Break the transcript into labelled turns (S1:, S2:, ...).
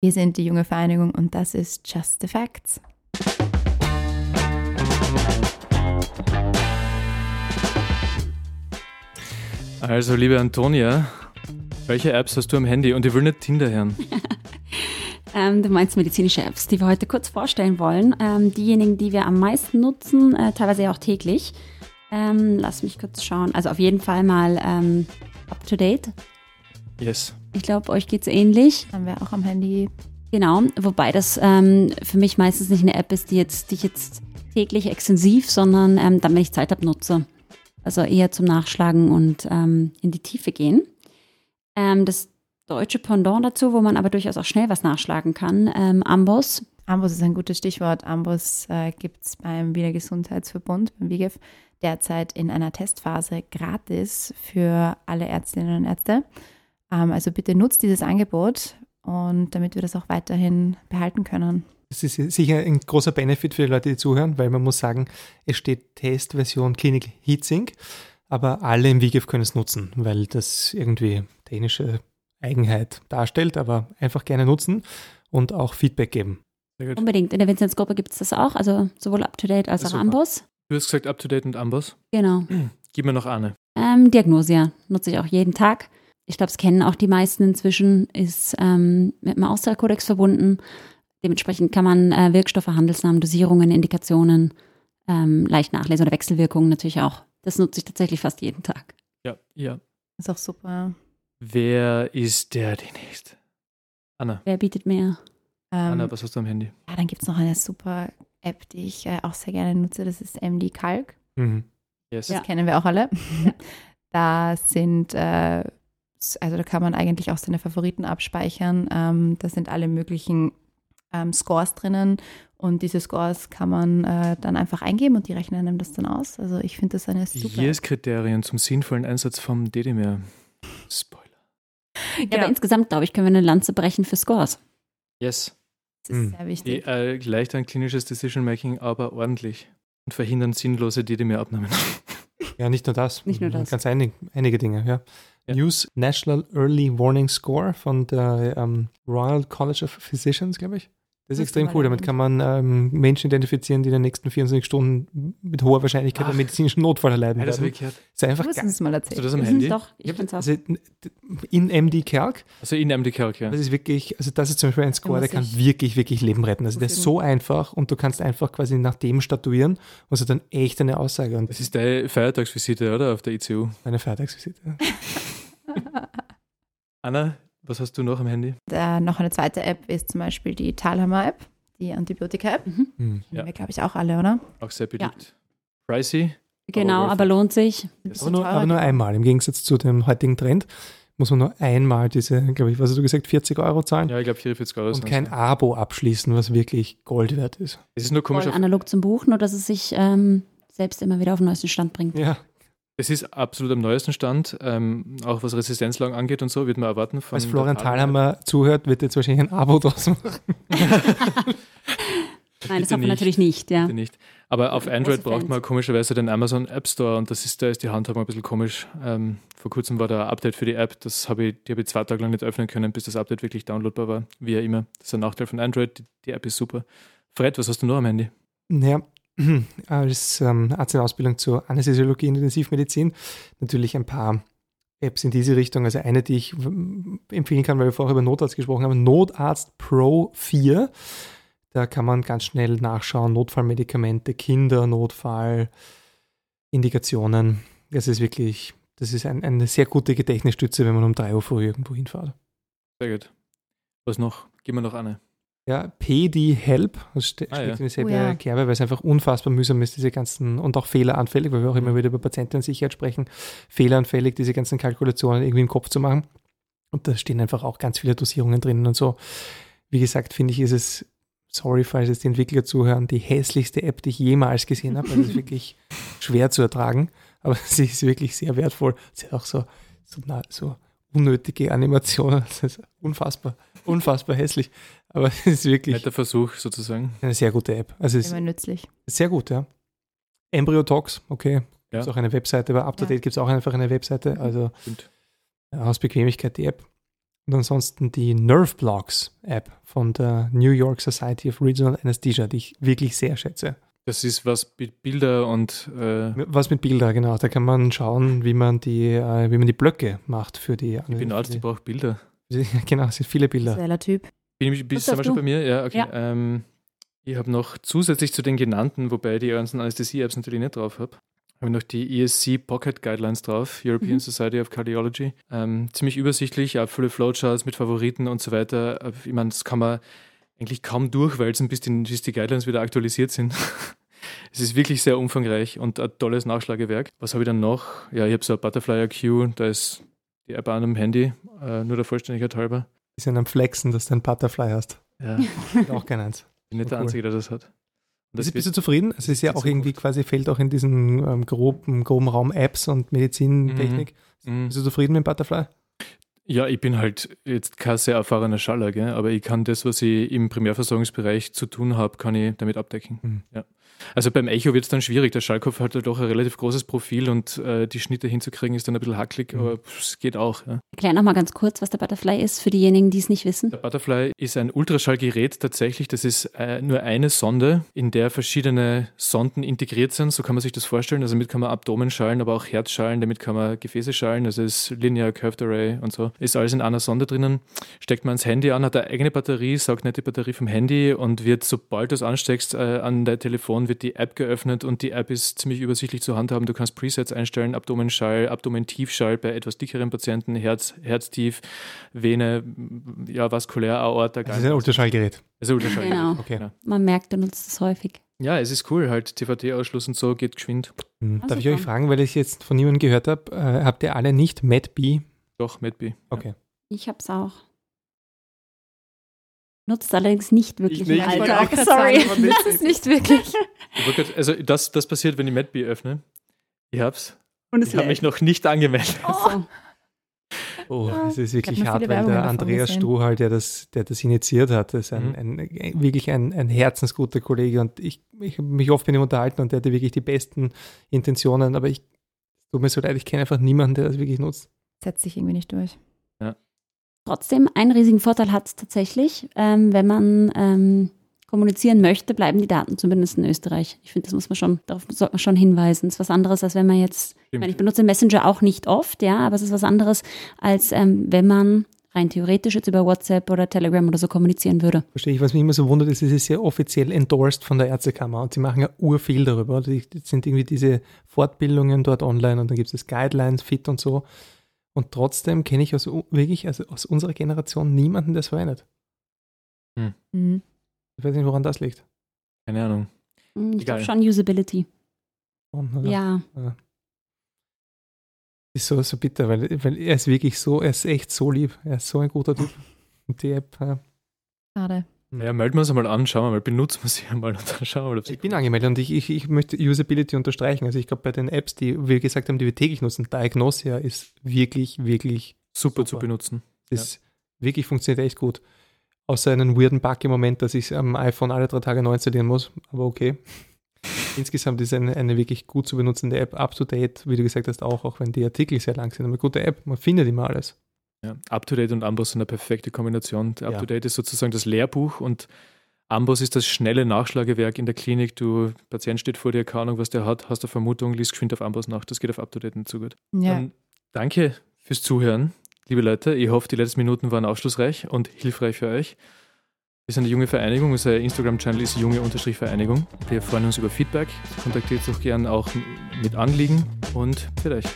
S1: Wir sind die junge Vereinigung und das ist Just the Facts.
S2: Also, liebe Antonia, welche Apps hast du am Handy? Und ich will nicht Tinder hören.
S3: Ähm, du meinst medizinische Apps, die wir heute kurz vorstellen wollen. Ähm, diejenigen, die wir am meisten nutzen, äh, teilweise auch täglich. Ähm, lass mich kurz schauen. Also auf jeden Fall mal ähm, up to date.
S2: Yes.
S3: Ich glaube, euch geht's ähnlich.
S1: Haben wir auch am Handy.
S3: Genau. Wobei das ähm, für mich meistens nicht eine App ist, die, jetzt, die ich jetzt täglich extensiv, sondern ähm, dann, wenn ich Zeit habe, nutze. Also eher zum Nachschlagen und ähm, in die Tiefe gehen. Ähm, das deutsche Pendant dazu, wo man aber durchaus auch schnell was nachschlagen kann, ähm, Amboss.
S1: Ambos ist ein gutes Stichwort. Ambos äh, gibt es beim Wiener Gesundheitsverbund, beim WGF, derzeit in einer Testphase gratis für alle Ärztinnen und Ärzte. Ähm, also bitte nutzt dieses Angebot und damit wir das auch weiterhin behalten können.
S4: Das ist sicher ein großer Benefit für die Leute, die zuhören, weil man muss sagen, es steht Testversion Klinik Heatsink, aber alle im WGF können es nutzen, weil das irgendwie dänische Eigenheit darstellt, aber einfach gerne nutzen und auch Feedback geben.
S2: Sehr gut.
S3: Unbedingt. In der Vinzenz-Gruppe gibt es das auch, also sowohl up to date als
S2: Das ist
S3: auch
S2: super.
S3: Amboss.
S2: Du hast gesagt, up to date und Amboss.
S3: Genau.
S2: Gib mir noch eine.
S3: Ähm, Diagnosia nutze ich auch jeden Tag. Ich glaube, es kennen auch die meisten inzwischen, ist ähm, mit dem Auszahlkodex verbunden. Dementsprechend kann man äh, Wirkstoffe, Handelsnamen, Dosierungen, Indikationen ähm, leicht nachlesen oder Wechselwirkungen natürlich auch. Das nutze ich tatsächlich fast jeden Tag.
S2: Ja, ja.
S1: Ist auch super.
S2: Wer ist der, die nächste? Anna.
S3: Wer bietet mehr?
S1: Ähm,
S2: Anna, was hast du am Handy?
S1: ja, dann gibt es noch eine super App, die ich äh, auch sehr gerne nutze. Das ist MD Kalk.
S4: Mhm.
S2: Yes.
S1: Das kennen wir auch alle. Da sind, äh, also da kann man eigentlich auch seine Favoriten abspeichern. Ähm, da sind alle möglichen ähm, Scores drinnen und diese Scores kann man äh, dann einfach eingeben und die rechnen einem das dann aus. Also ich finde das eine
S2: Die
S1: super.
S2: Yes-Kriterien zum sinnvollen Einsatz vom DDMR. Spoiler.
S3: Ja, aber insgesamt, glaube ich, können wir eine Lanze brechen für Scores.
S2: Yes.
S1: das ist
S4: Hm.
S1: sehr
S2: Die,
S1: wichtig.
S2: äh, leicht ein klinisches Decision-Making, aber ordentlich. Und verhindern sinnlose DDMR-Abnahmen.
S4: Ja, nicht nur das.
S3: Nicht nur das.
S4: Ganz einig, einige Dinge, ja.
S2: Ja.
S4: News National Early Warning Score von der ähm, Royal College of Physicians, glaube ich. Das ist
S1: Müsste
S4: extrem
S1: man
S4: cool. Damit
S1: erwähnen.
S4: kann man ähm, Menschen identifizieren, die in den nächsten 24 Stunden mit hoher Wahrscheinlichkeit
S2: Ach.
S4: einen medizinischen Notfall erleiden
S2: Ja, das habe
S4: werden.
S2: ich gehört.
S4: Ist einfach Also
S1: Du musst
S4: geil.
S1: uns mal
S2: Hast du
S1: erzählen.
S2: das am
S3: Ist es
S2: Handy?
S3: Mhm. doch, ich finde es auch.
S4: Also in MD Calc,
S2: Also in MDK, ja.
S4: das ist wirklich, also das ist zum Beispiel ein Score, der
S1: muss
S4: kann
S1: ich-
S4: wirklich, wirklich Leben retten. Also der
S1: Muss
S4: ist
S1: ich-
S4: so einfach und du kannst einfach quasi nach dem statuieren und es hat dann echt eine Aussage. Und
S2: Das ist deine Feiertagsvisite, oder? Auf der E ICU.
S4: meine Freitagsvisite.
S2: Anna, was hast du noch am Handy?
S1: Äh, noch eine zweite App ist zum Beispiel die Talhammer-App, die Antibiotika-App.
S3: Mhm.
S4: Hm.
S1: Die
S2: Ja.
S1: haben wir, glaube ich, auch alle, oder?
S2: Auch sehr beliebt. Pricey.
S3: Genau,
S2: worth
S3: aber
S2: it.
S3: lohnt sich.
S2: Yes.
S4: Aber nur,
S1: teurer,
S4: aber nur
S1: genau.
S4: einmal. Im Gegensatz zu dem heutigen Trend muss man nur einmal diese, glaube ich, was hast du gesagt, 40 Euro zahlen
S2: Ja, ich glaube 44 Euro.
S4: und
S2: sind's.
S4: kein Abo abschließen, was wirklich Gold wert ist.
S2: Es ist nur
S3: Voll
S2: komisch. Auf,
S3: analog zum Buch, nur dass es sich ähm, selbst immer wieder auf den neuesten Stand bringt.
S4: Ja,
S2: es ist absolut am neuesten Stand. Ähm, auch was Resistenzlagen angeht und so, wird man erwarten. Von
S4: als
S2: der
S4: Florian
S2: Thalhammer-
S4: Thalhammer zuhört, wird jetzt wahrscheinlich ein Abo draus machen.
S3: Nein, das
S2: Bitte
S3: hoffen
S2: nicht.
S3: wir natürlich nicht, ja.
S2: Bitte nicht. Aber auf
S3: Große
S2: Android braucht
S3: Fans.
S2: man komischerweise den Amazon App Store und das ist, da ist die Handhabung ein bisschen komisch. Ähm, vor kurzem war da ein Update für die App, das habe ich, die habe ich zwei Tage lang nicht öffnen können, bis das Update wirklich downloadbar war, wie ja immer. Das ist ein Nachteil von Android, die, die App ist super. Fred, was hast du noch am Handy?
S4: Naja, als ähm, Arzt in Ausbildung zur Anästhesiologie und Intensivmedizin natürlich ein paar Apps in diese Richtung. Also eine, die ich ähm, empfehlen kann, weil wir vorher über Notarzt gesprochen haben, Notarzt Pro 4. Da kann man ganz schnell nachschauen, Notfallmedikamente, Kindernotfall, Indikationen. Das ist wirklich, das ist ein, eine sehr gute Gedächtnisstütze, wenn man um 3 Uhr früh irgendwo hinfährt.
S2: Sehr gut. Was noch? Gib mir noch eine.
S4: Ja, PD Help, das ste
S2: Ah,
S4: steckt
S2: ja.
S4: in dieselbe
S1: Oh, ja.
S4: Kerbe, weil es einfach unfassbar mühsam ist, diese ganzen, und auch fehleranfällig, weil wir auch immer
S2: Mhm.
S4: wieder über Patientensicherheit sprechen, fehleranfällig, diese ganzen Kalkulationen irgendwie im Kopf zu machen. Und da stehen einfach auch ganz viele Dosierungen drinnen und so. Wie gesagt, finde ich, ist es, sorry, falls jetzt die Entwickler zuhören, die hässlichste App, die ich jemals gesehen habe. Also es ist wirklich schwer zu ertragen, aber sie ist wirklich sehr wertvoll. Sie hat auch so, so, na, so unnötige Animationen. Das ist unfassbar, unfassbar hässlich. Aber es ist wirklich
S2: Netter Versuch sozusagen.
S4: eine sehr gute App. Also es
S1: Immer nützlich.
S4: ist sehr gut, ja. Embryotox, okay.
S2: Ja. Mhm.
S4: Gibt es auch eine Webseite, bei UpToDate
S1: Ja.
S4: gibt es auch einfach eine Webseite. Also
S2: Stimmt.
S4: ja, aus Bequemlichkeit die App. Und ansonsten die Nerve Blocks App von der New York Society of Regional Anesthesia, die ich wirklich sehr schätze.
S2: Das ist was mit Bilder und äh,
S4: Was mit Bilder, genau. Da kann man schauen, wie man die, äh, wie man die Blöcke macht für die
S2: ich bin Arzt, ich brauche Bilder.
S4: Genau, es sind viele Bilder.
S1: Visueller Typ.
S2: Bin ich, bist
S3: Was
S2: du
S3: darfst
S2: schon
S3: du?
S2: bei mir? Ja, okay.
S3: Ja.
S2: Ähm, ich habe noch zusätzlich zu den genannten, wobei die ganzen Anästhesie-Apps natürlich nicht drauf habe, habe ich noch die ESC Pocket Guidelines drauf, European
S3: Mhm.
S2: Society of Cardiology. Ähm, ziemlich übersichtlich, ja, viele Flowcharts mit Favoriten und so weiter. Äh, Ich meine, das kann man eigentlich kaum durchwälzen, bis die, bis die Guidelines wieder aktualisiert sind. Es ist wirklich sehr umfangreich und ein tolles Nachschlagewerk. Was habe ich dann noch? Ja, ich habe so ein Butterfly IQ, da ist die App an am Handy, äh, nur der Vollständigkeit halber.
S4: Die sind am Flexen, dass du einen Butterfly hast.
S2: Ja.
S4: Ich auch kein eins.
S2: Bin nicht der
S4: Cool.
S2: Einzige, der das hat. Und das
S4: Bist, du-
S2: wird-
S4: bist du zufrieden? Es ist ja
S2: die
S4: auch irgendwie quasi, fehlt auch in diesem ähm, groben, groben Raum Apps und Medizintechnik.
S2: Mhm.
S4: Bist du zufrieden mit dem Butterfly?
S2: ja, ich bin halt jetzt kein sehr erfahrener Schaller, gell? aber ich kann das, was ich im Primärversorgungsbereich zu tun habe, kann ich damit abdecken.
S4: Mhm.
S2: Ja. Also beim Echo wird es dann schwierig. Der Schallkopf hat halt doch ein relativ großes Profil und äh, die Schnitte hinzukriegen ist dann ein bisschen hackelig,
S4: Mhm.
S2: aber pff, es geht auch. Ja.
S3: Erklär nochmal ganz kurz, was der Butterfly ist, für diejenigen, die es nicht wissen.
S2: Der Butterfly ist ein Ultraschallgerät tatsächlich. Das ist äh, nur eine Sonde, in der verschiedene Sonden integriert sind. So kann man sich das vorstellen. Also damit kann man Abdomen schallen, aber auch Herz schallen. Damit kann man Gefäße schallen. Das ist Linear Curved Array und so. Ist alles in einer Sonde drinnen. Steckt man ins Handy an, hat eine eigene Batterie, saugt nicht die Batterie vom Handy und wird, sobald du es ansteckst, äh, an dein Telefon wird die App geöffnet und die App ist ziemlich übersichtlich zu handhaben. Du kannst Presets einstellen, Abdomenschall, Abdomentiefschall bei etwas dickeren Patienten, Herz, Herztief, Vene, ja, vaskulär, Aorta,
S4: Das ist ein Ultraschallgerät.
S2: Also Ultraschall.
S3: Genau.
S4: Okay.
S2: Ja.
S3: Man merkt, du nutzt es häufig.
S2: Ja, es ist cool, halt TVT-Ausschluss und so geht geschwind.
S4: Hm.
S3: Ah,
S4: Darf ich
S3: super.
S4: euch fragen, weil ich jetzt von niemandem gehört habe, äh, habt ihr alle nicht MedB?
S2: Doch, MedBee.
S4: Okay.
S3: Ich hab's auch. Nutzt allerdings nicht wirklich
S2: nicht.
S3: im
S2: Ich wollte
S3: Alltag. Sorry.
S1: das ist nicht wirklich.
S2: Ich wollte grad- Also das, das passiert, wenn ich MedBee öffne. Ich hab's.
S3: Und
S2: Ich habe mich noch nicht angemeldet.
S1: Oh,
S3: so.
S4: Oh,
S1: Ja.
S4: es ist
S1: Ich
S4: wirklich
S1: hab nur
S4: hart,
S1: viele
S4: weil
S1: Werbungen
S4: der
S1: davon
S4: Andreas
S1: gesehen.
S4: Strohal, der das, der das initiiert hat, ist ein,
S2: Mhm.
S4: ein, ein- wirklich ein, ein herzensguter Kollege und ich, ich habe mich oft mit ihm unterhalten und der hatte wirklich die besten Intentionen, aber ich tut mir so leid, ich kenne einfach niemanden, der das wirklich nutzt.
S1: Setzt sich irgendwie nicht durch.
S3: Trotzdem, einen riesigen Vorteil hat es tatsächlich, ähm, wenn man ähm, kommunizieren möchte, bleiben die Daten zumindest in Österreich. Ich finde, das muss man schon, darauf sollte man schon hinweisen. Das ist was anderes, als wenn man jetzt, ich meine, ich benutze Messenger auch nicht oft, ja, aber es ist was anderes, als ähm, wenn man rein theoretisch jetzt über WhatsApp oder Telegram oder so kommunizieren würde.
S4: Verstehe ich, was mich immer so wundert, ist, es ist ja offiziell endorsed von der Ärztekammer und sie machen ja urviel darüber. oder? Die- Jetzt sind irgendwie diese Fortbildungen dort online und dann gibt es Guidelines, Fit und so. Und trotzdem kenne ich aus, wirklich also aus unserer Generation niemanden, der es verwendet.
S1: Mhm.
S4: Ich weiß nicht, woran das liegt.
S2: Keine Ahnung.
S3: Hm, Ich
S2: Egal.
S3: glaube schon Usability.
S4: Und, also-
S3: Ja.
S4: oder? Ist so, so bitter, weil, weil er ist wirklich so, er ist echt so lieb. Er ist so ein guter Typ. Und die App, äh,
S1: Schade.
S2: Ja, melden wir uns einmal an, schauen wir mal, benutzen wir sie einmal und dann schauen wir mal, ob sie
S4: Hm. ich bin angemeldet und ich, ich, ich möchte Usability unterstreichen. Also ich glaube, bei den Apps, die wir gesagt haben, die wir täglich nutzen, Diagnosia ist wirklich, wirklich,
S2: super, zu
S4: Super.
S2: benutzen.
S4: ist wirklich funktioniert echt gut. Außer einen weirden Bug im Moment, dass ich am iPhone alle drei Tage neu installieren muss. Aber okay. Insgesamt ist eine, eine wirklich gut zu benutzende App, up to date, wie du gesagt hast, auch, auch wenn die Artikel sehr lang sind. Aber gute App, man findet immer alles.
S2: Ja. Up-to-date und Amboss sind eine perfekte Kombination. Der
S4: Ja.
S2: Up-to-date ist sozusagen das Lehrbuch und Amboss ist das schnelle Nachschlagewerk in der Klinik. Du, Patient steht vor dir, keine Ahnung, was der hat, hast eine Vermutung, liest geschwind auf Amboss nach. Das geht auf Up-to-date nicht so gut.
S1: Ja.
S2: Dann danke fürs Zuhören, liebe Leute. Ich hoffe, die letzten Minuten waren aufschlussreich und hilfreich für euch. Wir sind eine junge Vereinigung, unser Instagram-Channel ist junge-vereinigung. Wir freuen uns über Feedback. Kontaktiert uns doch gern auch mit Anliegen und für euch.